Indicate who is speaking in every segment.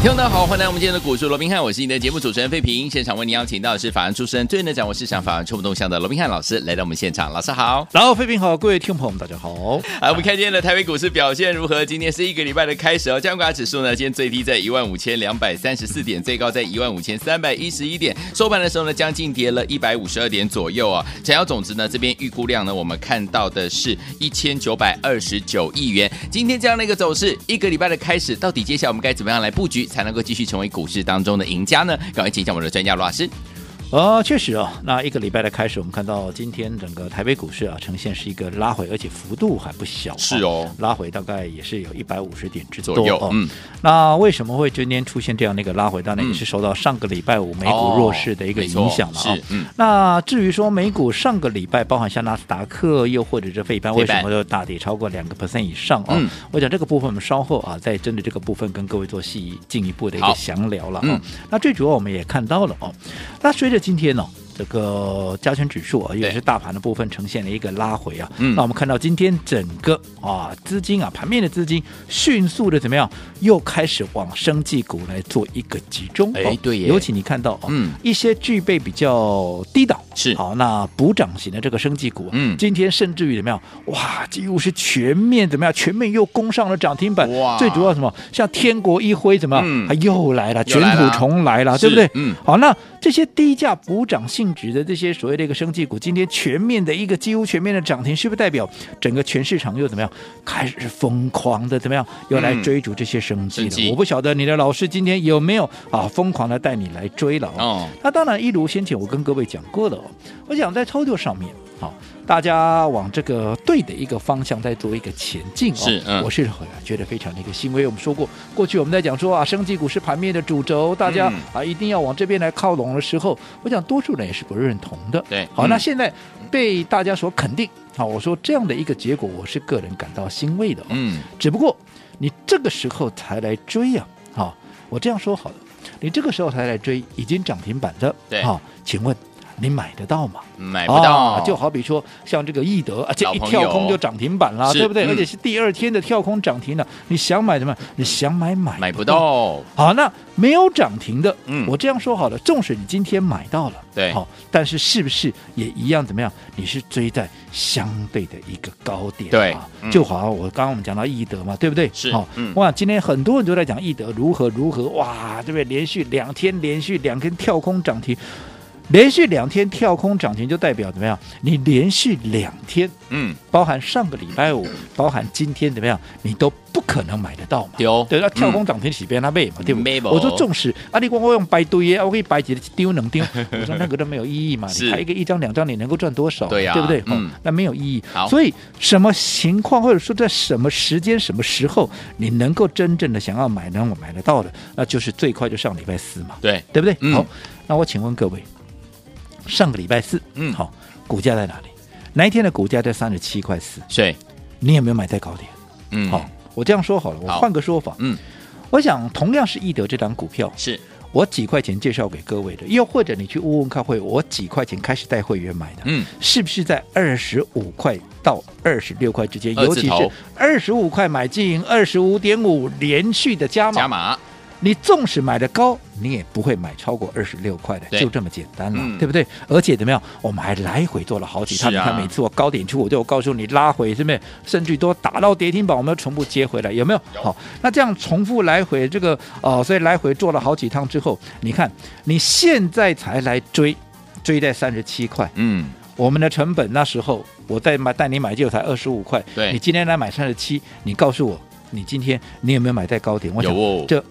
Speaker 1: 听众大家好，欢迎来我们今天的股市罗宾汉，我是你的节目主持人费平。现场为您邀请到的是法案出身、最能掌握市场法案冲动向的罗宾汉老师来到我们现场，老师好。
Speaker 2: 然后，飞平好，各位听众朋友们，大家好。
Speaker 1: 好，我们看今天的台北股市表现如何？今天是一个礼拜的开始哦。加权指数呢，今天最低在一万五千两百三十四点，最高在一万五千三百一十一点，收盘的时候呢，将近跌了一百五十二点左右啊。成交总值呢，这边预估量呢，我们看到的是一千九百二十九亿元。今天这样的一个走势，一个礼拜的开始，到底接下来我们该怎么样来布局，才能够继续成为股市当中的赢家呢？赶快请教我们的专家罗老师。
Speaker 2: 呃，确实啊、那一个礼拜的开始，我们看到今天整个台北股市啊，呈现是一个拉回，而且幅度还不小、啊
Speaker 1: 是哦
Speaker 2: 拉回大概也是有一百五十点之多哦
Speaker 1: 左右嗯，
Speaker 2: 那为什么会今天出现这样的一个拉回？当然
Speaker 1: 嗯
Speaker 2: 也是受到上个礼拜五美股弱势的一个影响了啊、
Speaker 1: 哦没错是嗯
Speaker 2: 那至于说美股上个礼拜，包含像纳斯达克，又或者是费班，
Speaker 1: 费
Speaker 2: 为
Speaker 1: 半
Speaker 2: 什么都大跌超过两个 percent 以上啊、
Speaker 1: 嗯
Speaker 2: 我讲这个部分，我们稍后啊，在针对这个部分跟各位做细进一步的一
Speaker 1: 好
Speaker 2: 个详聊了、啊。
Speaker 1: 嗯
Speaker 2: 那最主要我们也看到了哦，那随着今天呢、这个加权指数啊，也是大盘的部分呈现了一个拉回啊。
Speaker 1: 嗯
Speaker 2: 那我们看到今天整个啊资金啊盘面的资金迅速的怎么样，又开始往生技股来做一个集中。
Speaker 1: 哎
Speaker 2: 哦
Speaker 1: 对耶
Speaker 2: 尤其你看到哦，
Speaker 1: 嗯
Speaker 2: 一些具备比较低档
Speaker 1: 是
Speaker 2: 好那补涨型的这个生技股啊，
Speaker 1: 嗯
Speaker 2: 今天甚至于怎么样，哇，几乎是全面怎么样，全面又攻上了涨停板。
Speaker 1: 哇
Speaker 2: 最主要什么，像天国一辉怎么样，
Speaker 1: 嗯
Speaker 2: 它又来了，
Speaker 1: 又
Speaker 2: 卷
Speaker 1: 来了
Speaker 2: 土重来了，
Speaker 1: 是
Speaker 2: 对不对？
Speaker 1: 嗯
Speaker 2: 好，那这些低价补涨性质的这些所谓的一个生技股，今天全面的一个几乎全面的涨停，是不是代表整个全市场又怎么样开始疯狂的怎么样又来
Speaker 1: 嗯
Speaker 2: 追逐这些生技
Speaker 1: 生
Speaker 2: 了？
Speaker 1: 技
Speaker 2: 我不晓得你的老师今天有没有啊疯狂的带你来追了啊
Speaker 1: 哦
Speaker 2: 那当然，一如先前我跟各位讲过的哦，我想在操作上面，好、大家往这个对的一个方向在做一个前进哦。
Speaker 1: 是嗯
Speaker 2: 我是很觉得非常的一个欣慰。我们说过，过去我们在讲说啊，升级股是盘面的主轴，大家、
Speaker 1: 嗯
Speaker 2: 啊一定要往这边来靠拢的时候，我想多数人也是不认同的。
Speaker 1: 对
Speaker 2: 好，
Speaker 1: 嗯
Speaker 2: 那现在被大家所肯定，好，我说这样的一个结果，我是个人感到欣慰的、哦。
Speaker 1: 嗯，
Speaker 2: 只不过你这个时候才来追呀、啊，好、我这样说好了，你这个时候才来追已经涨停板的，
Speaker 1: 对
Speaker 2: 好、请问你买得到吗？
Speaker 1: 买不到，
Speaker 2: 啊就好比说像这个易德，啊，这
Speaker 1: 老
Speaker 2: 一
Speaker 1: 朋友
Speaker 2: 跳空就涨停板了，
Speaker 1: 是
Speaker 2: 对不对？
Speaker 1: 嗯
Speaker 2: 而且是第二天的跳空涨停了，你想买什么？你想买买
Speaker 1: 买不。到，
Speaker 2: 好，那没有涨停的，
Speaker 1: 嗯
Speaker 2: 我这样说好了，纵使你今天买到了，
Speaker 1: 对
Speaker 2: 好，但是是不是也一样怎么样？你是追在相对的一个高点、啊，
Speaker 1: 对嗯
Speaker 2: 就好像我刚刚我们讲到易德嘛，对不对？
Speaker 1: 是
Speaker 2: 好、
Speaker 1: 嗯
Speaker 2: 哇，今天很多人都在讲易德如何如何，哇，对不对？连续两天连续两天跳空涨停。连续两天跳空涨停，就代表怎么样？你连续两天，
Speaker 1: 嗯，
Speaker 2: 包含上个礼 拜五，包含今天怎么样，你都不可能买得到嘛。
Speaker 1: 丢
Speaker 2: 对，那跳
Speaker 1: 嗯
Speaker 2: 空涨停起边那背嘛，对不
Speaker 1: 没
Speaker 2: 对？
Speaker 1: 有
Speaker 2: 我说纵使啊，你光我用摆堆啊，我可以摆几丢 能丢，我说那个都没有意义嘛。
Speaker 1: 是
Speaker 2: 你开一个一张两张，你能够赚多少？
Speaker 1: 对呀
Speaker 2: 不对？
Speaker 1: 嗯
Speaker 2: 哦那没有意义
Speaker 1: 好。
Speaker 2: 所以什么情况，或者说在什么时间、什么时候，你能够真正的想要买，能够买得到的，那就是最快就上礼拜四嘛，
Speaker 1: 对，
Speaker 2: 对不对？
Speaker 1: 嗯
Speaker 2: 好，那我请问各位，上个礼拜四，
Speaker 1: 嗯
Speaker 2: 好，股价在哪里？那一天的股价在三十七块四，
Speaker 1: 睡，
Speaker 2: 你有没有买在高点？
Speaker 1: 嗯，
Speaker 2: 好，，我这样说好了，我
Speaker 1: 好
Speaker 2: 换个说法，
Speaker 1: 嗯，
Speaker 2: 我想同样是易德这张股票，
Speaker 1: 是
Speaker 2: 我几块钱介绍给各位的，又或者你去问问看会，我几块钱开始带会员买的，
Speaker 1: 嗯，
Speaker 2: 是不是在二十五块到二十六块之间？
Speaker 1: 二
Speaker 2: 尤
Speaker 1: 字
Speaker 2: 其
Speaker 1: 头
Speaker 2: 是二十五块买进，二十五点五连续的加码，
Speaker 1: 加码，
Speaker 2: 你纵使买的高，你也不会买超过二十六块的，
Speaker 1: 对
Speaker 2: 就这么简单了，
Speaker 1: 嗯
Speaker 2: 对不对？而且怎么样，我们还来回做了好几趟。
Speaker 1: 是啊
Speaker 2: 你看每次我高点出，我都有告诉你拉回，是不是？甚至都打到跌停板，我们要全部接回来，有没有？好，那这样重复来回这个哦、所以来回做了好几趟之后，你看你现在才来追，追在三十七块，
Speaker 1: 嗯，
Speaker 2: 我们的成本那时候我带买带你买就才二十五块，
Speaker 1: 对
Speaker 2: 你今天来买三十七，你告诉我你今天你有没有买在高点？我想
Speaker 1: 有哦
Speaker 2: 这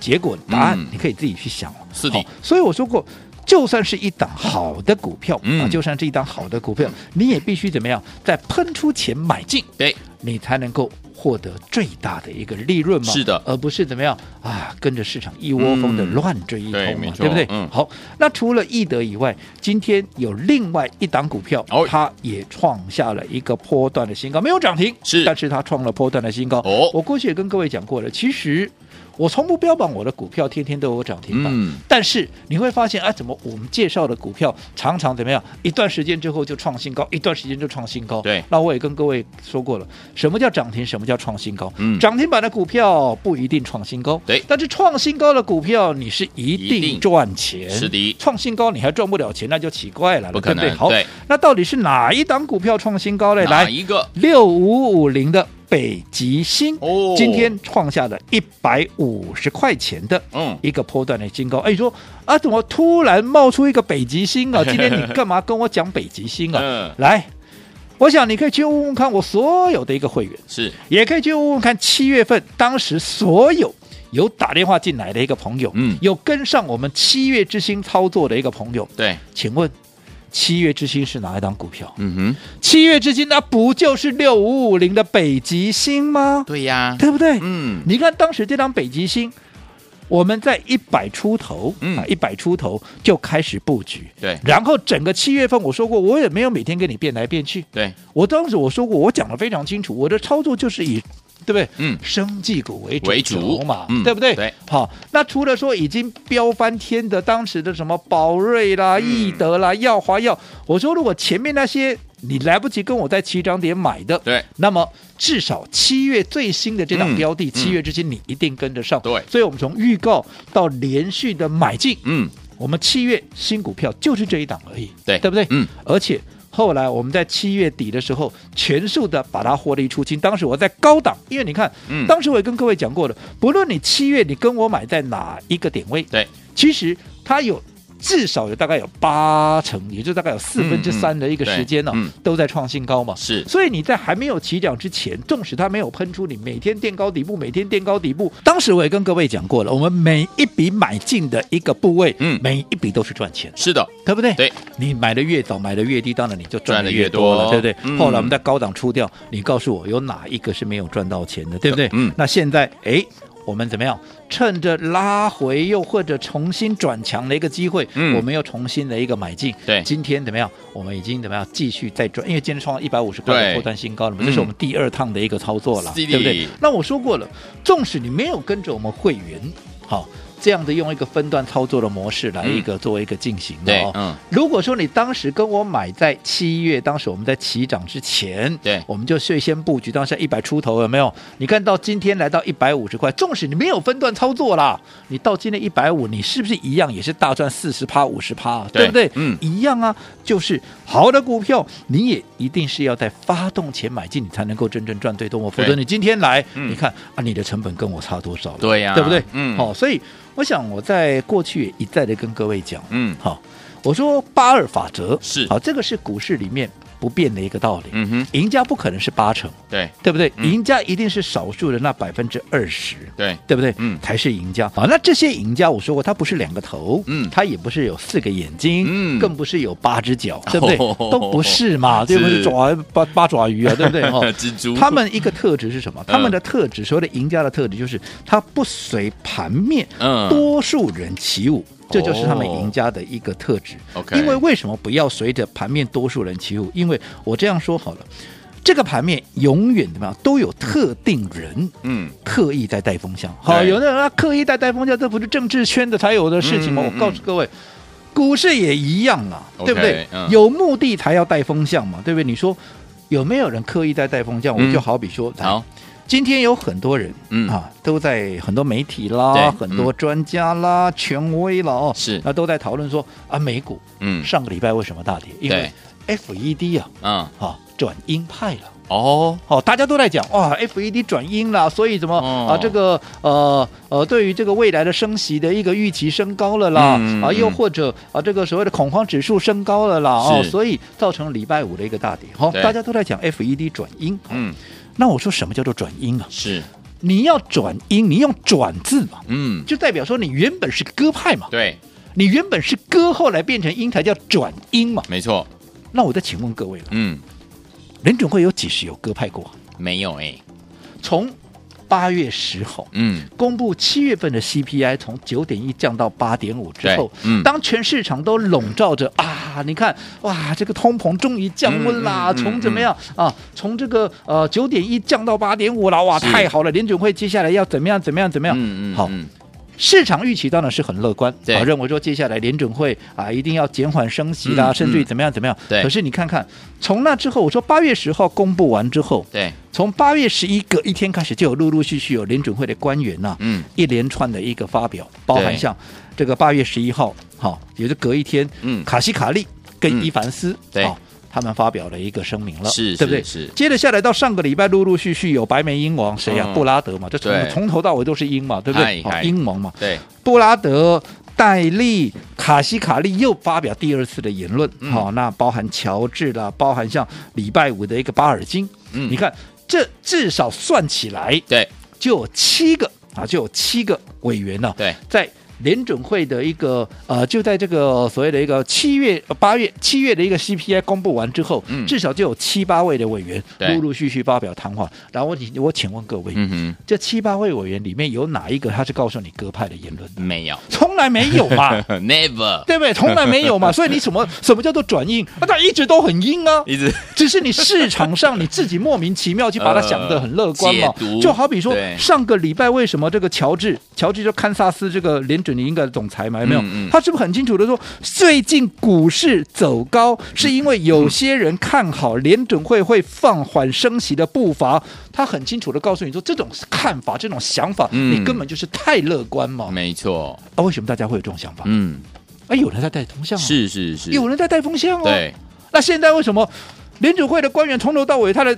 Speaker 2: 结果答案
Speaker 1: 嗯
Speaker 2: 你可以自己去想哦。
Speaker 1: 是的
Speaker 2: 好所以我说过。就算是一档好的股票、
Speaker 1: 嗯
Speaker 2: 啊，就算是一档好的股票，你也必须怎么样，在喷出前买进，
Speaker 1: 对，
Speaker 2: 你才能够获得最大的一个利润嘛。
Speaker 1: 是的
Speaker 2: 而不是怎么样啊，跟着市场一窝蜂的
Speaker 1: 嗯
Speaker 2: 乱追一通
Speaker 1: 对没
Speaker 2: 嘛，
Speaker 1: 错
Speaker 2: 对不对？
Speaker 1: 嗯
Speaker 2: 好，那除了易德以外，今天有另外一档股票，
Speaker 1: 哦
Speaker 2: 它也创下了一个波段的新高，没有涨停，
Speaker 1: 是
Speaker 2: 但是它创了波段的新高。
Speaker 1: 哦
Speaker 2: 我过去也跟各位讲过了，其实我从不标榜我的股票天天都有涨停板，
Speaker 1: 嗯
Speaker 2: 但是你会发现，啊，怎么我们介绍的股票常常怎么样，一段时间之后就创新高，一段时间就创新高。
Speaker 1: 对
Speaker 2: 那我也跟各位说过了，什么叫涨停，什么叫创新高？
Speaker 1: 嗯
Speaker 2: 涨停板的股票不一定创新高，
Speaker 1: 对
Speaker 2: 但是创新高的股票你是一
Speaker 1: 一定
Speaker 2: 定赚钱，
Speaker 1: 是的
Speaker 2: 创新高你还赚不了钱，那就奇怪了，
Speaker 1: 不可能
Speaker 2: 对不对？好
Speaker 1: 对，
Speaker 2: 那到底是哪一档股票创新高嘞？
Speaker 1: 哪
Speaker 2: 来，
Speaker 1: 一个？
Speaker 2: 六五五零的北极星，
Speaker 1: 哦
Speaker 2: 今天创下了一百五十块钱的
Speaker 1: 嗯
Speaker 2: 一个波段的新高。哎，你说啊，怎么突然冒出一个北极星 啊？今天你干嘛跟我讲北极星啊？
Speaker 1: 嗯，
Speaker 2: 来，我想你可以去问问看我所有的一个会员，
Speaker 1: 是
Speaker 2: 也可以去问问看七月份当时所有。有打电话进来的一个朋友，
Speaker 1: 嗯
Speaker 2: 有跟上我们七月之星操作的一个朋友，
Speaker 1: 对，
Speaker 2: 请问七月之星是哪一档股票？
Speaker 1: 嗯哼，
Speaker 2: 七月之星，那不就是六五五零的北极星吗？
Speaker 1: 对呀，
Speaker 2: 对不对？
Speaker 1: 嗯，
Speaker 2: 你看当时这张北极星，我们在一百出头，啊
Speaker 1: 嗯
Speaker 2: 一百出头就开始布局。
Speaker 1: 对
Speaker 2: 然后整个七月份，我说过，我也没有每天跟你变来变去。
Speaker 1: 对，
Speaker 2: 我当时我说过，我讲的非常清楚，我的操作就是以。对不对？
Speaker 1: 嗯
Speaker 2: 生技股为主
Speaker 1: 为主
Speaker 2: 嘛，
Speaker 1: 嗯
Speaker 2: 对不对？
Speaker 1: 对。
Speaker 2: 好，那除了说已经飙翻天的当时的什么宝瑞啦、
Speaker 1: 嗯
Speaker 2: 易德啦、耀华药，我说如果前面那些你来不及跟我在起涨点买的，
Speaker 1: 对，
Speaker 2: 那么至少七月最新的这档
Speaker 1: 嗯
Speaker 2: 标的，七
Speaker 1: 嗯
Speaker 2: 月之前你一定跟得上。
Speaker 1: 对
Speaker 2: 所以我们从预告到连续的买进，
Speaker 1: 嗯，
Speaker 2: 我们七月新股票就是这一档而已，
Speaker 1: 对
Speaker 2: 对不对？
Speaker 1: 嗯，
Speaker 2: 而且。后来我们在七月底的时候，全数的把它获利出清。当时我在高档，因为你看，
Speaker 1: 嗯
Speaker 2: 当时我也跟各位讲过了，不论你七月你跟我买在哪一个点位，
Speaker 1: 对，
Speaker 2: 其实它有至少有大概有八成，也就大概有四分之三的一个时间呢、
Speaker 1: 嗯嗯
Speaker 2: 都在创新高嘛。
Speaker 1: 是
Speaker 2: 所以你在还没有起涨之前，纵使它没有喷出，你每天垫高底部，每天垫高底部。当时我也跟各位讲过了，我们每一笔买进的一个部位，
Speaker 1: 嗯
Speaker 2: 每一笔都是赚钱的。
Speaker 1: 是的，
Speaker 2: 对不对？
Speaker 1: 对，
Speaker 2: 你买的越早，买的越低，当然你就赚
Speaker 1: 赚
Speaker 2: 的
Speaker 1: 得
Speaker 2: 越
Speaker 1: 越
Speaker 2: 多
Speaker 1: 多
Speaker 2: 了，对不对？
Speaker 1: 嗯
Speaker 2: 后来我们在高档出掉，你告诉我有哪一个是没有赚到钱的，对不对？
Speaker 1: 嗯
Speaker 2: 那现在哎。我们怎么样？趁着拉回又或者重新转强的一个机会，
Speaker 1: 嗯
Speaker 2: 我们又重新的一个买进。
Speaker 1: 对
Speaker 2: 今天怎么样？我们已经怎么样继续再赚？因为今天创了一百五十块
Speaker 1: 对
Speaker 2: 的波段新高了嘛，这是
Speaker 1: 嗯
Speaker 2: 我们第二趟的一个操作了，
Speaker 1: 是的
Speaker 2: 对不对？那我说过了，纵使你没有跟着我们会员，好、这样的用一个分段操作的模式来
Speaker 1: 嗯
Speaker 2: 一个、作为一个进行的
Speaker 1: 对
Speaker 2: 哦，
Speaker 1: 嗯，
Speaker 2: 如果说你当时跟我买在七月，当时我们在起涨之前，
Speaker 1: 对
Speaker 2: 我们就率先布局，当下一百出头有没有？你看到今天来到一百五十块，纵使你没有分段操作啦，你到今天一百五，你是不是一样也是大赚四十趴、五十趴，
Speaker 1: 对
Speaker 2: 对不对？
Speaker 1: 嗯
Speaker 2: 一样啊，就是好的股票，你也一定是要在发动前买进，你才能够真正赚最多嘛，否
Speaker 1: 对
Speaker 2: 则你今天来，
Speaker 1: 嗯
Speaker 2: 你看啊，你的成本跟我差多少了？
Speaker 1: 对呀
Speaker 2: 对不对？
Speaker 1: 嗯
Speaker 2: 好、所以我想我在过去也一再的跟各位讲，
Speaker 1: 嗯
Speaker 2: 好，我说八二法则
Speaker 1: 是
Speaker 2: 好，这个是股市里面不变的一个道理。
Speaker 1: 嗯哼，
Speaker 2: 赢家不可能是八成，
Speaker 1: 对
Speaker 2: 对不对？
Speaker 1: 嗯
Speaker 2: 赢家一定是少数的那百分之二十。
Speaker 1: 对，
Speaker 2: 对不对？
Speaker 1: 嗯
Speaker 2: 才是赢家啊！那这些赢家，我说过，他不是两个头，
Speaker 1: 嗯
Speaker 2: 他也不是有四个眼睛，
Speaker 1: 嗯
Speaker 2: 更不是有八只脚，对不对？
Speaker 1: 哦
Speaker 2: 都不是嘛，对不对？
Speaker 1: 是
Speaker 2: 爪八八爪鱼啊，对 不对？哦
Speaker 1: 蜘蛛
Speaker 2: 他们一个特质是什么？
Speaker 1: 嗯
Speaker 2: 他们的特质，所谓的赢家的特质，就是他不随盘面
Speaker 1: 嗯
Speaker 2: 多数人起舞。这就是他们赢家的一个特质。
Speaker 1: 哦 OK
Speaker 2: 因为为什么不要随着盘面多数人起舞？因为我这样说好了，这个盘面永远怎么样都有特定人，
Speaker 1: 嗯，
Speaker 2: 刻意在带风向。好，
Speaker 1: 对
Speaker 2: 有的人他刻意在带风向，这不是政治圈的才有的事情吗？
Speaker 1: 嗯
Speaker 2: 我告诉各位。股市也一样啦
Speaker 1: OK，
Speaker 2: 对不对？
Speaker 1: 嗯
Speaker 2: 有目的才要带风向嘛，对不对？你说有没有人刻意在带风向？
Speaker 1: 嗯
Speaker 2: 我就好比说，来
Speaker 1: 好，
Speaker 2: 今天有很多人，
Speaker 1: 嗯
Speaker 2: 啊，都在很多媒体
Speaker 1: 对嗯
Speaker 2: 啦、很多专家啦、权威啦，哦，
Speaker 1: 是
Speaker 2: 那都在讨论说啊，美股
Speaker 1: 嗯
Speaker 2: 上个礼拜为什么大跌？因为 FED 啊，
Speaker 1: 嗯，
Speaker 2: 啊转鹰派了。
Speaker 1: 哦，
Speaker 2: 哦，大家都在讲哇，FED 转阴了，所以怎么、
Speaker 1: 哦
Speaker 2: 啊？这个呃呃，对于这个未来的升息的一个预期升高了啦，
Speaker 1: 嗯
Speaker 2: 啊，
Speaker 1: 嗯
Speaker 2: 又或者啊，这个所谓的恐慌指数升高了啦，哦，
Speaker 1: 是
Speaker 2: 所以造成礼拜五的一个大跌。好、
Speaker 1: 对
Speaker 2: 大家都在讲 FED 转阴。
Speaker 1: 嗯，
Speaker 2: 那我说什么叫做转阴啊？
Speaker 1: 是，
Speaker 2: 你要转阴，你用转字嘛，
Speaker 1: 嗯，
Speaker 2: 就代表说你原本是鸽派嘛，
Speaker 1: 对，
Speaker 2: 你原本是鸽，后来变成鹰才叫转鹰嘛。
Speaker 1: 没错，
Speaker 2: 那我再请问各位了，
Speaker 1: 嗯，
Speaker 2: 联准会有几时有鸽派过啊？
Speaker 1: 没有哎，
Speaker 2: 从八月十号，
Speaker 1: 嗯，
Speaker 2: 公布七月份的 CPI 从九点一降到八点五之后
Speaker 1: 对，嗯
Speaker 2: 当全市场都笼罩着啊，你看哇，这个通膨终于降温啦，
Speaker 1: 嗯嗯嗯
Speaker 2: 从怎么样、啊，从这个呃九点一降到八点五了，哇，
Speaker 1: 是
Speaker 2: 太好了，联准会接下来要怎么样怎么样怎么样？
Speaker 1: 嗯嗯，
Speaker 2: 好，
Speaker 1: 嗯
Speaker 2: 市场预期当然是很乐观，
Speaker 1: 对
Speaker 2: 啊，认为说接下来联准会啊一定要减缓升息啦，
Speaker 1: 嗯
Speaker 2: 甚至于
Speaker 1: 嗯
Speaker 2: 怎么样怎么样。
Speaker 1: 对
Speaker 2: 可是你看看，从那之后，我说八月十号公布完之后，
Speaker 1: 对，
Speaker 2: 从八月十一隔一天开始，就有陆陆续续有联准会的官员呐、
Speaker 1: 嗯，
Speaker 2: 一连串的一个发表，包含像这个八月十一号，好、也就隔一天，
Speaker 1: 嗯
Speaker 2: 卡西卡利跟
Speaker 1: 嗯
Speaker 2: 伊凡斯，
Speaker 1: 对
Speaker 2: 好他们发表了一个声明了，
Speaker 1: 是
Speaker 2: 对不对？
Speaker 1: 是是
Speaker 2: 接着下来到上个礼拜，陆陆续续有白眉鹰王谁呀、
Speaker 1: 嗯
Speaker 2: 布拉德嘛，这从
Speaker 1: 对
Speaker 2: 从头到尾都是鹰嘛，对不
Speaker 1: 嗨
Speaker 2: 对？好
Speaker 1: 嗨
Speaker 2: 鹰王嘛，
Speaker 1: 对，
Speaker 2: 布拉德、戴利、卡西卡利又发表第二次的言论，好、
Speaker 1: 嗯
Speaker 2: 那包含乔治啦，包含像礼拜五的一个巴尔金，
Speaker 1: 嗯
Speaker 2: 你看这至少算起来
Speaker 1: 对，
Speaker 2: 就有七个啊，就有七个委员呢、
Speaker 1: 对，
Speaker 2: 在。联准会的一个呃，就在这个所谓的一个七月、呃八月、七月的一个 CPI 公布完之后，
Speaker 1: 嗯
Speaker 2: 至少就有七八位的委员
Speaker 1: 对
Speaker 2: 陆陆续续发表谈话。然后我请我请问各位，
Speaker 1: 嗯
Speaker 2: 这七八位委员里面有哪一个他是告诉你鸽派的言论的？
Speaker 1: 哼，没 有，
Speaker 2: 从来没有嘛
Speaker 1: ，never，
Speaker 2: 对不对？从来没有嘛，所以你什么什么叫做转硬？啊，他一直都很硬啊。
Speaker 1: 一直
Speaker 2: 只是你市场上你自己莫名其妙去把它想得很乐观嘛
Speaker 1: 呃 解读，
Speaker 2: 就好比说
Speaker 1: 对
Speaker 2: 上个礼拜为什么这个乔治，乔治就堪萨斯这个联准银的总裁嘛，有没有
Speaker 1: 嗯嗯？
Speaker 2: 他是不是很清楚的说，最近股市走高是因为有些人看好联准会会放缓升息的步伐，他很清楚的告诉你说，这种看法、这种想法，
Speaker 1: 嗯
Speaker 2: 你根本就是太乐观嘛。
Speaker 1: 哦没错，
Speaker 2: 啊，为什么大家会有这种想法？
Speaker 1: 嗯，
Speaker 2: 哎，有人在带风向、啊，
Speaker 1: 是是是，
Speaker 2: 有人在带风向哦。
Speaker 1: 对，
Speaker 2: 那现在为什么联准会的官员从头到尾他的，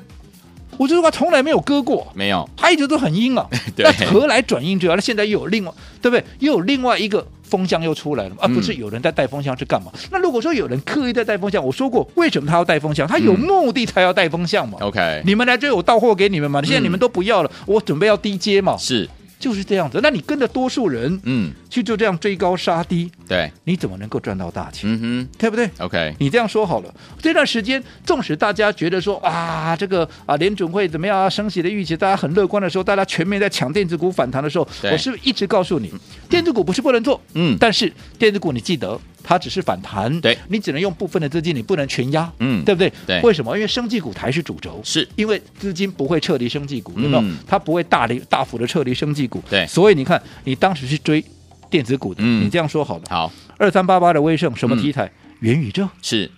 Speaker 2: 我就说他从来没有割过，
Speaker 1: 没有，
Speaker 2: 他一直都很阴啊
Speaker 1: 。对
Speaker 2: 那何来转阴之啊？那现在又有另外，对不对？又有另外一个风向又出来了嘛？啊，
Speaker 1: 嗯
Speaker 2: 不是有人在带风向是干嘛？那如果说有人刻意在带风向，我说过为什么他要带风向？他有
Speaker 1: 嗯哦
Speaker 2: 目的才要带风向嘛。
Speaker 1: OK，
Speaker 2: 你们来追我到货给你
Speaker 1: 嗯
Speaker 2: 们嘛？现在你们都不要了，我准备要低接嘛，
Speaker 1: 是，
Speaker 2: 就是这样子。那你跟着多数人
Speaker 1: 嗯，
Speaker 2: 去就这样追高杀低，
Speaker 1: 对，
Speaker 2: 你怎么能够赚到大钱？
Speaker 1: 嗯
Speaker 2: 对不对？
Speaker 1: 哼，OK，
Speaker 2: 你这样说好了，这段时间，纵使大家觉得说啊，这个啊联准会怎么样啊，升息的预期，大家很乐观的时候，大家全面在抢电子股反弹的时候，
Speaker 1: 对
Speaker 2: 我是不是一直告诉你，电子股不是不能做，
Speaker 1: 嗯
Speaker 2: 但是电子股你记得它只是反弹，
Speaker 1: 对
Speaker 2: 你只能用部分的资金，你不能全压，
Speaker 1: 嗯
Speaker 2: 对不对？
Speaker 1: 对
Speaker 2: 为什么？因为生技股才是主轴，
Speaker 1: 是
Speaker 2: 因为资金不会撤离生技股，有没有
Speaker 1: 嗯？
Speaker 2: 它不会大离大幅的撤离生技股，
Speaker 1: 对
Speaker 2: 所以你看，你当时去追电子股的，
Speaker 1: 嗯
Speaker 2: 你这样说好了，
Speaker 1: 好，
Speaker 2: 二三八八的威盛什么题材？元宇宙。
Speaker 1: 是，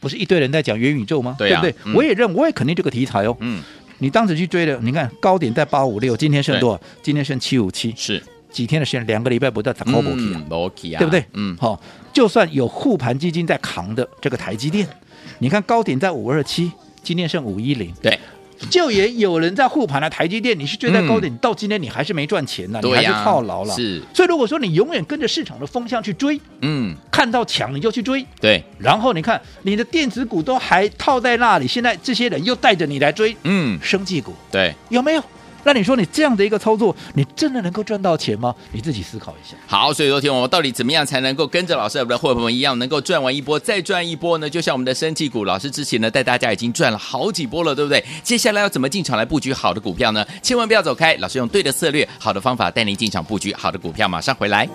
Speaker 2: 不是一堆人在讲元宇宙吗？
Speaker 1: 对啊
Speaker 2: 不对？
Speaker 1: 嗯
Speaker 2: 我也认，我也肯定这个题材哦。
Speaker 1: 嗯，
Speaker 2: 你当时去追的，你看高点在八五六，今天剩多少？今天剩七五七，
Speaker 1: 是，
Speaker 2: 几天的时间，两个礼拜不到打高博 K 啊，
Speaker 1: l o k 啊，
Speaker 2: 对不对？
Speaker 1: 嗯，
Speaker 2: 好、就算有护盘基金在扛的这个台积电，你看高点在五二七，今天剩五一零，
Speaker 1: 对，
Speaker 2: 就也有人在护盘了、台积电，你是追在高点，你到今天你还是没赚钱呢、啊你
Speaker 1: 对
Speaker 2: 还是
Speaker 1: 呀，
Speaker 2: 套牢了。
Speaker 1: 是，
Speaker 2: 所以如果说你永远跟着市场的风向去追，
Speaker 1: 嗯，
Speaker 2: 看到强你就去追，
Speaker 1: 对，
Speaker 2: 然后你看你的电子股都还套在那里，现在这些人又带着你来追
Speaker 1: 嗯，
Speaker 2: 生技股，
Speaker 1: 对，
Speaker 2: 有没有？那你说你这样的一个操作，你真的能够赚到钱吗？你自己思考一下。
Speaker 1: 好，所以昨天我们到底怎么样才能够跟着老师我们的伙伴们一样，能够赚完一波再赚一波呢？就像我们的生技股老师之前呢，带大家已经赚了好几波了，对不对？ 接下来要怎么进场来布局好的股票呢？千万不要走开，老师用对的策略、好的方法带您进场布局好的股票，马上回来。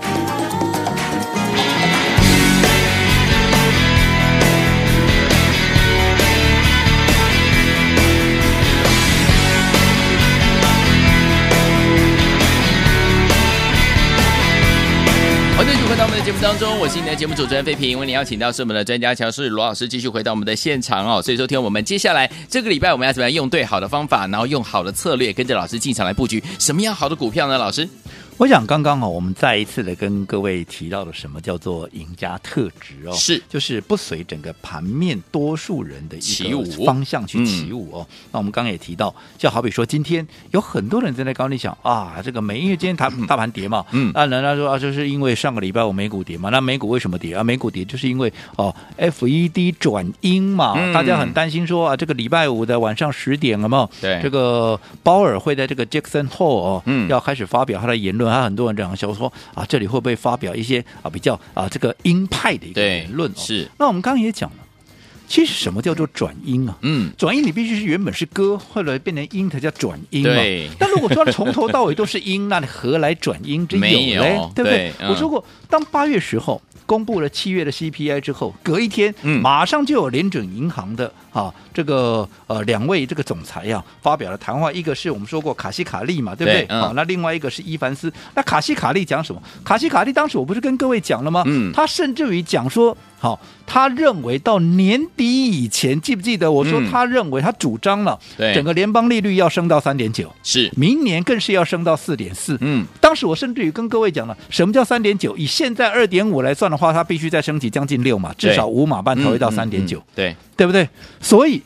Speaker 1: 欢迎继续回到我们的节目当中，我是你的节目主持人费平，为你邀请到是我们的专家乔氏罗老师，继续回到我们的现场哦。所以说，听我们接下来这个礼拜我们要怎么样用对好的方法，然后用好的策略，跟着老师进场来布局什么样好的股票呢？老师，
Speaker 3: 我想刚刚哦，我们再一次的跟各位提到了什么叫做赢家特质哦，
Speaker 1: 是
Speaker 3: 就是不随整个盘面多数人的一
Speaker 1: 起
Speaker 3: 个
Speaker 1: 舞嗯
Speaker 3: 方向去起舞哦。那我们刚刚也提到，就好比说今天有很多人在那高地想啊，这个美，因为今天大大盘跌嘛，
Speaker 1: 嗯
Speaker 3: 啊，人家说啊，就是因为上个礼拜我美股跌嘛，那美股为什么跌啊？美股跌就是因为哦，FED 转阴嘛，
Speaker 1: 嗯
Speaker 3: 大家很担心说啊，这个礼拜五的晚上十点了嘛，
Speaker 1: 对
Speaker 3: 这个鲍尔会在这个 Jackson Hole 哦，
Speaker 1: 嗯
Speaker 3: 要开始发表他的言论，还有很多人这样想说啊，这里会不会发表一些啊比较啊这个鹰派的一个
Speaker 1: 对
Speaker 3: 言论、哦？
Speaker 1: 是，
Speaker 3: 那我们刚刚也讲了，
Speaker 2: 其实什么叫做转阴啊？
Speaker 1: 嗯，
Speaker 2: 转阴你必须是原本是歌，后来变成阴才叫转阴嘛
Speaker 1: 对。
Speaker 2: 但如果说从头到尾都是阴，那你何来转阴之有
Speaker 1: 没有
Speaker 2: 嘞？对不
Speaker 1: 对
Speaker 2: 对？
Speaker 1: 嗯
Speaker 2: 我说过，当八月十号公布了七月的 CPI 之后，隔一天，
Speaker 1: 嗯
Speaker 2: 马上就有联准银行的啊这个呃两位这个总裁呀、发表了谈话，一个是我们说过卡西卡利嘛，对不对
Speaker 1: 对？嗯
Speaker 2: 啊，那另外一个是伊凡斯。那卡西卡利讲什么？卡西卡利当时我不是跟各位讲了吗？
Speaker 1: 嗯
Speaker 2: 他甚至于讲说，好、他认为到年底以前，记不记得我说
Speaker 1: 嗯
Speaker 2: 他认为他主张了，
Speaker 1: 对
Speaker 2: 整个联邦利率要升到三点九，
Speaker 1: 是，
Speaker 2: 明年更是要升到四点四。
Speaker 1: 嗯，
Speaker 2: 当时我甚至于跟各位讲了，什么叫三点九？以现在二点五来算的话，它必须再升级将近六码，
Speaker 1: 对
Speaker 2: 至少五码半才会到三点九
Speaker 1: 嗯，，对，
Speaker 2: 对不对？所以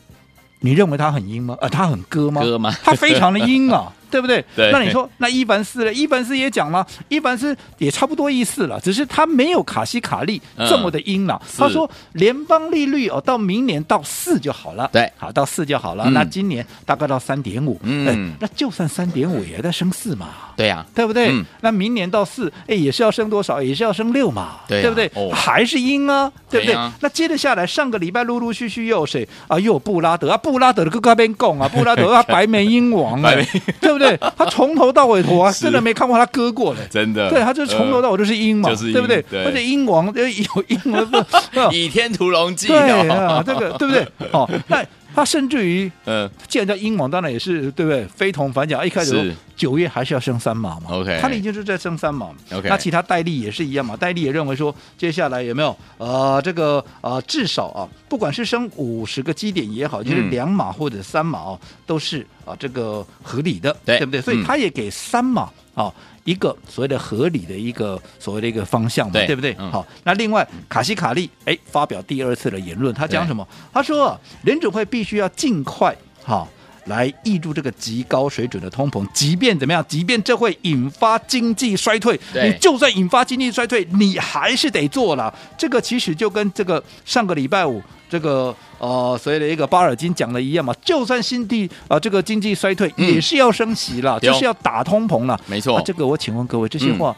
Speaker 2: 你认为它很阴吗？呃，它很割吗？
Speaker 1: 割吗
Speaker 2: 它非常的阴 啊，对不对？
Speaker 1: 对
Speaker 2: 那你说，那伊凡斯呢？伊凡斯也讲了，伊凡斯也差不多意思了，只是他没有卡西卡利
Speaker 1: 嗯
Speaker 2: 这么的阴了。他
Speaker 1: 是
Speaker 2: 说联邦利率哦，到明年到四就好了。
Speaker 1: 对
Speaker 2: 好到四就好了。
Speaker 1: 嗯
Speaker 2: 那今年大概到三点五，
Speaker 1: 嗯
Speaker 2: 哎那就算三点五也在升四嘛。
Speaker 1: 对呀，
Speaker 2: 对不对？
Speaker 1: 嗯
Speaker 2: 那明年到四，哎，也是要升多少？也是要升六嘛，
Speaker 1: 对啊
Speaker 2: 不对？
Speaker 1: 哦
Speaker 2: 还是阴啊，对不
Speaker 1: 对
Speaker 2: 对？
Speaker 1: 啊
Speaker 2: 那接着下来，上个礼拜陆陆续续又有谁啊？又有布拉德啊，布拉德的哥哥边 供啊，布拉德他白眉鹰王啊
Speaker 1: 白眉，
Speaker 2: 对不 对？他从头到尾头啊，
Speaker 1: 是
Speaker 2: 真的没看过他割过嘞。
Speaker 1: 真的，呃
Speaker 2: 对，他就是从头到尾都是鹰嘛，
Speaker 1: 就是鹰
Speaker 2: 对不对？
Speaker 1: 对
Speaker 2: 而且鹰王呃有鹰 王的，
Speaker 1: 呃倚天屠龙记，
Speaker 2: 对啊，这 个对不对？哦，那他甚至于
Speaker 1: 嗯，
Speaker 2: 既然叫英王，当然也是对不对？非同凡响，一开始
Speaker 1: 是
Speaker 2: 说九月还是要升三码嘛。
Speaker 1: OK
Speaker 2: 他的已经是在升三码嘛。
Speaker 1: OK
Speaker 2: 那其他戴利也是一样嘛。戴利也认为说，接下来有没有呃这个呃至少啊，不管是升五十个基点也好，就是
Speaker 1: 嗯
Speaker 2: 两码或者三码哦，都是啊、这个合理的，
Speaker 1: 对
Speaker 2: 不对？所以
Speaker 1: 嗯
Speaker 2: 他也给三码啊。一个所谓的合理的一个所谓的一个方向嘛，
Speaker 1: 对
Speaker 2: 不对？
Speaker 1: 嗯
Speaker 2: 好，那另外卡西卡利哎发表第二次的言论，他讲
Speaker 1: 对
Speaker 2: 什么？他说啊联准会必须要尽快哈、来抑住这个极高水准的通膨，即便怎么样，即便这会引发经济衰退，
Speaker 1: 对
Speaker 2: 你就算引发经济衰退，你还是得做了。这个其实就跟这个上个礼拜五这个呃所谓的一个巴尔金讲的一样嘛，就算新地啊、呃这个经济衰退、
Speaker 1: 嗯
Speaker 2: 也是要升息了，
Speaker 1: 对哦
Speaker 2: 就是要打通膨了。
Speaker 1: 没错
Speaker 2: 啊这个我请问各位，这些
Speaker 1: 嗯
Speaker 2: 话、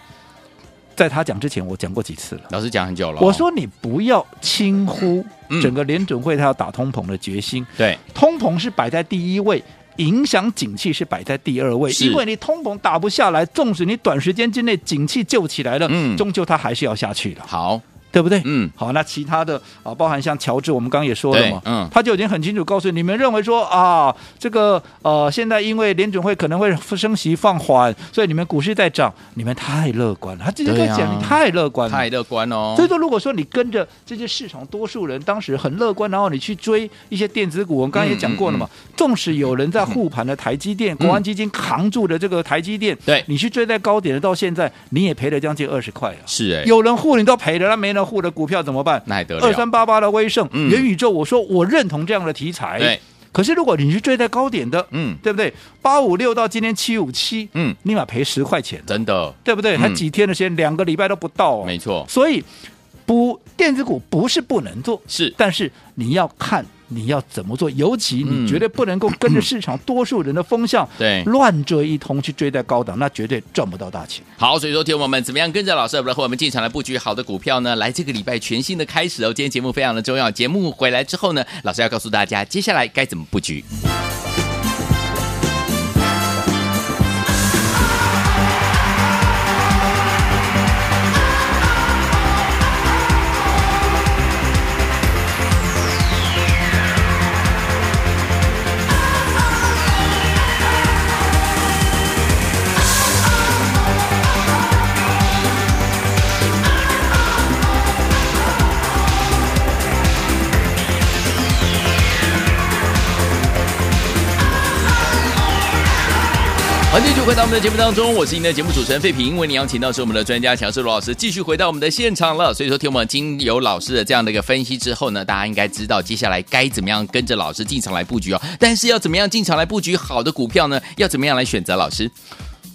Speaker 2: 在他讲之前我讲过几次了？
Speaker 1: 老师讲很久了哦，
Speaker 2: 我说你不要轻忽
Speaker 1: 嗯
Speaker 2: 整个联准会他要打通膨的决心，
Speaker 1: 对，
Speaker 2: 通膨是摆在第一位。影响景气是摆在第二位，
Speaker 1: 是
Speaker 2: 因为你通膨打不下来，纵使你短时间之内景气救起来了，
Speaker 1: 嗯
Speaker 2: 终究它还是要下去的，
Speaker 1: 好，
Speaker 2: 对不对？
Speaker 1: 嗯，
Speaker 2: 好，那其他的啊，包含像乔治，我们刚刚也说了嘛，
Speaker 1: 对嗯
Speaker 2: 他就已经很清楚告诉你们，认为说啊，这个呃，现在因为联准会可能会升息放缓，所以你们股市在涨，你们太乐观了。他直接跟
Speaker 1: 对
Speaker 2: 我
Speaker 1: 啊
Speaker 2: 讲，你太乐观了，
Speaker 1: 太乐观哦，
Speaker 2: 所以说，如果说你跟着这些市场多数人当时很乐观，然后你去追一些电子股，我们刚才也讲过了
Speaker 1: 嗯
Speaker 2: 嘛，纵使有人在护 盘的台积电、国安基金扛住的这个台积电，
Speaker 1: 对
Speaker 2: 你去追在高点的，到现在你也赔了将近二十块了。啊
Speaker 1: 是哎，
Speaker 2: 有人护你都赔了，那没人护的股票怎么办？
Speaker 1: 那还得了
Speaker 2: 二三八八的威盛、
Speaker 1: 嗯
Speaker 2: 元宇宙，我说我认同这样的题材，
Speaker 1: 对，
Speaker 2: 可是如果你是追在高点的，
Speaker 1: 嗯
Speaker 2: 对不对？八五六到今天七五七，
Speaker 1: 嗯，
Speaker 2: 立马赔十块钱，
Speaker 1: 真的，
Speaker 2: 对不对？
Speaker 1: 嗯
Speaker 2: 才几天的时间，两个礼拜都不到、哦，
Speaker 1: 没错，
Speaker 2: 所以不电子股不是不能做，
Speaker 1: 是
Speaker 2: 但是你要看你要怎么做，尤其
Speaker 1: 嗯
Speaker 2: 你绝对不能够跟着市场多数人的风向。
Speaker 1: 对，
Speaker 2: 乱追一通去追在高档，那绝对赚不到大钱。
Speaker 1: 好，所以说，听我们怎么样跟着老师，然后我们进场来布局好的股票呢？来，这个礼拜全新的开始哦。今天节目非常的重要，节目回来之后呢，老师要告诉大家接下来该怎么布局。好，继续回到我们的节目当中，我是您的节目主持人费平，为您邀请到是我们的专家强势罗老师，继续回到我们的现场了。所以说，听我们经由老师的这样的一个分析之后呢，大家应该知道接下来该怎么样跟着老师进场来布局哦。但是要怎么样进场来布局好的股票呢？要怎么样来选择老师？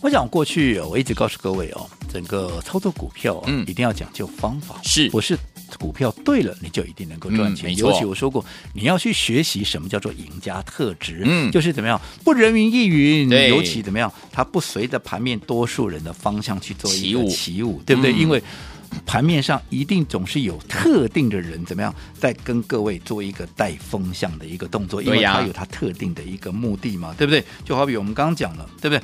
Speaker 2: 我想过去我一直告诉各位哦，整个操作股票、哦，
Speaker 1: 嗯
Speaker 2: 一定要讲究方法，
Speaker 1: 是
Speaker 2: 不是股票对了你就一定能够赚
Speaker 1: 嗯
Speaker 2: 钱？
Speaker 1: 没错
Speaker 2: 尤其我说过，你要去学习什么叫做赢家特质，
Speaker 1: 嗯
Speaker 2: 就是怎么样不人云亦云，
Speaker 1: 对
Speaker 2: 尤其怎么样，它不随着盘面多数人的方向去做一
Speaker 1: 起
Speaker 2: 个
Speaker 1: 舞
Speaker 2: 起舞，对不对？
Speaker 1: 嗯
Speaker 2: 因为盘面上一定总是有特定的人怎么样，在跟各位做一个带风向的一个动作，因
Speaker 1: 对
Speaker 2: 为
Speaker 1: 呀
Speaker 2: 他有他特定的一个目的嘛，对不对？就好比我们刚刚讲了，对不对？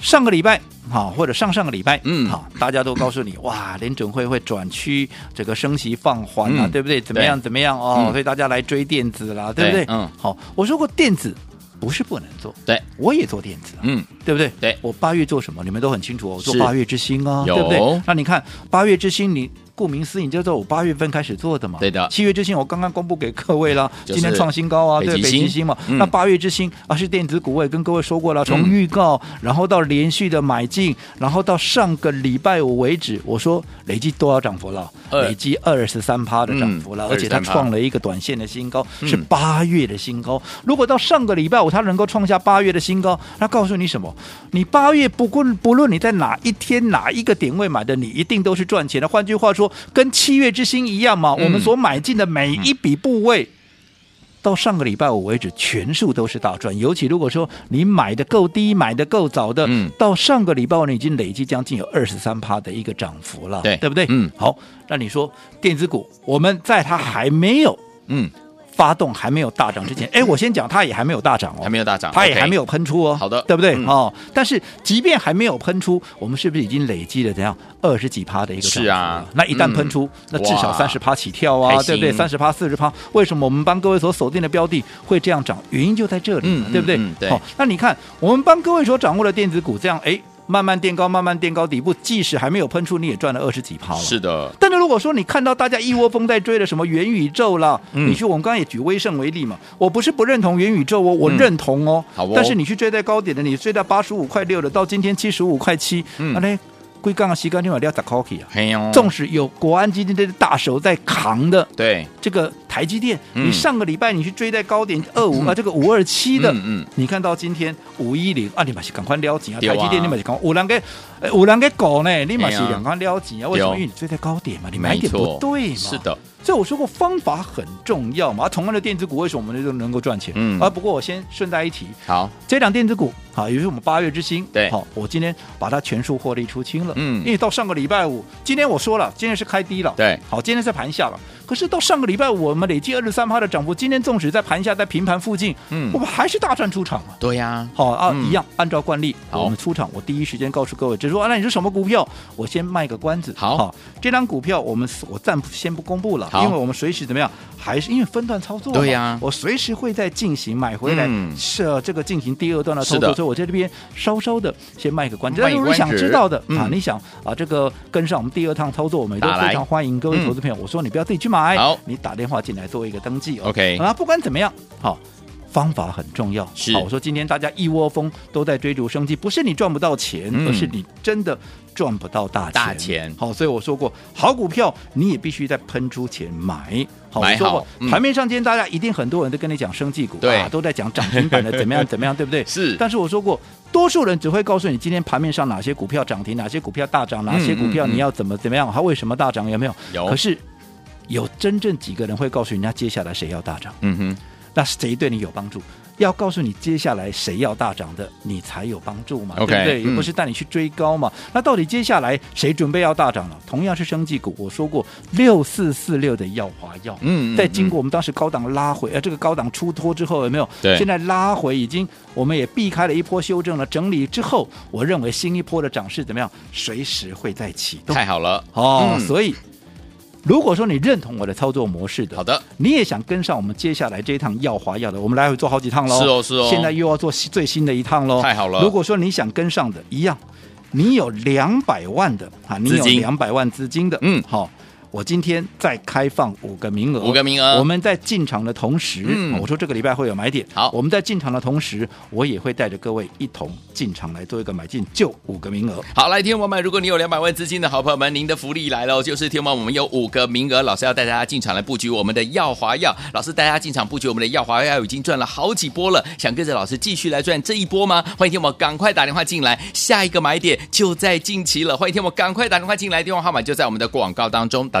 Speaker 2: 上个礼拜好，或者上上个礼拜，
Speaker 1: 嗯
Speaker 2: 好，大家都告诉你，哇，联准会会转趋这个升息放缓啊，
Speaker 1: 嗯
Speaker 2: 对不对？怎么样怎么样哦
Speaker 1: 嗯，
Speaker 2: 所以大家来追电子啦，对不
Speaker 1: 对
Speaker 2: 对？
Speaker 1: 嗯
Speaker 2: 好，我说过电子不是不能做，
Speaker 1: 对，
Speaker 2: 我也做电子啊，
Speaker 1: 嗯，
Speaker 2: 对不对？
Speaker 1: 对
Speaker 2: 我八月做什么？你们都很清楚哦，我做
Speaker 1: 是
Speaker 2: 八月之星啊，
Speaker 1: 有
Speaker 2: 对不对？那你看八月之星，你顾名思义，你就知道我八月份开始做的嘛。
Speaker 1: 对的嗯
Speaker 2: 七月之星我刚刚公布给各位了，
Speaker 1: 就是
Speaker 2: 今天创新高啊，
Speaker 1: 北
Speaker 2: 对，
Speaker 1: 极
Speaker 2: 北
Speaker 1: 星
Speaker 2: 极星嘛。
Speaker 1: 嗯
Speaker 2: 那八月之星啊是电子股，我也跟各位说过了，从
Speaker 1: 嗯
Speaker 2: 预告，然后到连续的买进，然后到上个礼拜五为止，我说累计多少涨幅了？
Speaker 1: 二
Speaker 2: 累计二十三趴的涨幅了，
Speaker 1: 嗯
Speaker 2: 而且它
Speaker 1: 23%
Speaker 2: 创了一个短线的新高，
Speaker 1: 嗯
Speaker 2: 是八月的新高。如果到上个礼拜五它能够创下八月的新高，那告诉你什么？你八月不论不论你在哪一天哪一个点位买的，你一定都是赚钱的。换句话说，跟七月之星一样嘛，
Speaker 1: 嗯
Speaker 2: 我们所买进的每一笔部位。到上个礼拜五为止，全数都是大赚。尤其如果说你买的够低、买的够早的，
Speaker 1: 嗯
Speaker 2: 到上个礼拜五你已经累积将近有二十三趴的一个涨幅了，
Speaker 1: 对
Speaker 2: 啊对不对？
Speaker 1: 嗯，
Speaker 2: 好，那你说电子股，我们在它还没有
Speaker 1: 嗯，
Speaker 2: 发动、还没有大涨 之前，哎，我先讲，它也还没有大涨哦，
Speaker 1: 还没有大涨，
Speaker 2: 它也
Speaker 1: OK
Speaker 2: 还没有喷出哦，
Speaker 1: 好的
Speaker 2: 对不对？
Speaker 1: 嗯
Speaker 2: 哦，但是即便还没有喷出，我们是不是已经累积了怎样二十几趴的一个涨幅了？
Speaker 1: 是啊
Speaker 2: 那一旦喷出，那至少
Speaker 1: 哇
Speaker 2: 三十趴起跳
Speaker 1: 开
Speaker 2: 啊，
Speaker 1: 心
Speaker 2: 对不对？三十趴、四十趴，为什么我们帮各位所锁定的标的会这样涨？原因就在这里嘛，
Speaker 1: 嗯
Speaker 2: 对不对？
Speaker 1: 嗯嗯对
Speaker 2: 好，那你看我们帮各位所掌握的电子股，这样哎，慢慢垫高，慢慢垫高底部，即使还没有喷出，你也赚了二十几趴了。
Speaker 1: 是的，
Speaker 2: 但是如果说你看到大家一窝蜂在追的什么元宇宙啦，
Speaker 1: 嗯
Speaker 2: 你去我们刚刚也举威盛为例嘛，我不是不认同元宇宙哦，我
Speaker 1: 嗯
Speaker 2: 认同哦，
Speaker 1: 好哦
Speaker 2: 但是你去追在高点的，你追到八十五块六的，到今天七十五块七，
Speaker 1: 嗯
Speaker 2: 那嘞，贵杠啊，西干另外要砸 coffee 啊。
Speaker 1: 嘿哟，
Speaker 2: 纵使有国安基金这些大手在扛的
Speaker 1: 对，
Speaker 2: 这个台积电，
Speaker 1: 嗯
Speaker 2: 你上个礼拜你去追在高点二五啊，这个五二七的，
Speaker 1: 嗯嗯
Speaker 2: 你看到今天五一零啊，你嘛是赶快撩紧啊！
Speaker 1: 对啊
Speaker 2: 台积电你嘛是赶快，有人给呃有人给搞呢，你嘛是
Speaker 1: 对啊
Speaker 2: 赶快撩紧啊！为什么？因为你追在高点嘛，你买点不对
Speaker 1: 哎没
Speaker 2: 嘛。
Speaker 1: 错是。的，
Speaker 2: 所以我说过方法很重要嘛。啊同样的电子股为什么我们就能够赚钱？
Speaker 1: 嗯
Speaker 2: 啊，不过我先顺带一提，
Speaker 1: 好，
Speaker 2: 这两电子股好，也就是我们八月之星，
Speaker 1: 对
Speaker 2: 好，我今天把它全数获利出清了。
Speaker 1: 嗯
Speaker 2: 因为到上个礼拜五，今天我说了，今天是开低了，
Speaker 1: 对
Speaker 2: 好，今天是盘下了。可是到上个礼拜五，我们累计二十三趴的涨幅，今天纵使在盘下，在平盘附近，
Speaker 1: 嗯
Speaker 2: 我们还是大赚出场啊。
Speaker 1: 对呀，
Speaker 2: 好啊，
Speaker 1: 嗯
Speaker 2: 一样按照惯例，
Speaker 1: 好
Speaker 2: 我们出场，我第一时间告诉各位，只说啊，那你是什么股票？我先卖个关子。
Speaker 1: 好
Speaker 2: 这张股票我们我暂先不公布了，
Speaker 1: 好
Speaker 2: 因为我们随时怎么样，还是因为分段操作嘛。
Speaker 1: 对呀
Speaker 2: 我随时会再进行买回来，
Speaker 1: 嗯
Speaker 2: 是呃这个进行第二段的操
Speaker 1: 是的
Speaker 2: 作，所以我在这边稍稍的先卖个关子。
Speaker 1: 卖
Speaker 2: 但
Speaker 1: 个
Speaker 2: 如果你
Speaker 1: 关
Speaker 2: 想
Speaker 1: 子
Speaker 2: 知道的
Speaker 1: 嗯
Speaker 2: 啊，你想啊这个跟上我们第二趟操作，我们也都
Speaker 1: 打来
Speaker 2: 非常欢迎各位
Speaker 1: 嗯
Speaker 2: 投资朋友。我说你不要自己去买
Speaker 1: 好，
Speaker 2: 你打电话进来做一个登记哦。
Speaker 1: ，OK，
Speaker 2: 啊，不管怎么样，好。方法很重要，
Speaker 1: 是
Speaker 2: 好我说今天大家一窝蜂都在追逐生机，不是你赚不到钱，
Speaker 1: 嗯
Speaker 2: 而是你真的赚不到大钱。
Speaker 1: 大钱
Speaker 2: 好，所以我说过，好股票你也必须在喷出前买。好，
Speaker 1: 买
Speaker 2: 我说
Speaker 1: 好
Speaker 2: 过，
Speaker 1: 嗯
Speaker 2: 盘面上今天大家一定很多人都跟你讲生技股，
Speaker 1: 对
Speaker 2: 啊，都在讲涨停 板的怎么样怎么样，对不对？
Speaker 1: 是
Speaker 2: 但是我说过，多数人只会告诉你今天盘面上哪些股票涨停，哪些股票大涨，哪些股票
Speaker 1: 嗯嗯
Speaker 2: 你要怎么怎么样，它为什么大涨，有没有？
Speaker 1: 有
Speaker 2: 可是有真正几个人会告诉人家接下来谁要大涨？
Speaker 1: 嗯哼，
Speaker 2: 那谁对你有帮助？要告诉你接下来谁要大涨的，你才有帮助嘛
Speaker 1: OK，
Speaker 2: 对不对？
Speaker 1: 嗯
Speaker 2: 也不是带你去追高嘛。那到底接下来谁准备要大涨了？同样是生技股，我说过六四四六的耀华药，
Speaker 1: 嗯嗯
Speaker 2: 在经过我们当时高档拉回，呃，这个高档出脱之后有没有？
Speaker 1: 对
Speaker 2: 现在拉回已经，我们也避开了一波修正了，整理之后，我认为新一波的涨势怎么样？随时会再启动。
Speaker 1: 太好了，
Speaker 2: 哦，
Speaker 1: 嗯
Speaker 2: 所以如果说你认同我的操作模式的，
Speaker 1: 好的，
Speaker 2: 你也想跟上我们接下来这一趟耀华药的，我们来回做好几趟喽。
Speaker 1: 是哦是哦
Speaker 2: 现在又要做新最新的一趟喽。
Speaker 1: 太好了
Speaker 2: 如果说你想跟上的，一样，你有两百万的啊，你
Speaker 1: 资
Speaker 2: 有
Speaker 1: 金
Speaker 2: 两百万资金的，
Speaker 1: 嗯
Speaker 2: 好、我今天再开放五个名额，
Speaker 1: 五个名额
Speaker 2: 我们在进场的同时，啊
Speaker 1: 嗯
Speaker 2: 我说这个礼拜会有买点。
Speaker 1: 好
Speaker 2: 我们在进场的同时，我也会带着各位一同进场来做一个买进，就五个名额。
Speaker 1: 好，来，听众朋友们，如果你有两百万资金的好朋友们，您的福利来了哦，就是听众朋友们，我们有五个名额，老师要带大家进场来布局我们的耀华药。老师带大家进场布局我们的耀华药已经赚了好几波了，想跟着老师继续来赚这一波吗？欢迎听我们赶快打电话进来，下一个买点就在近期了。欢迎听我们赶快打电话进来，电话号码就在我们的广告当中，打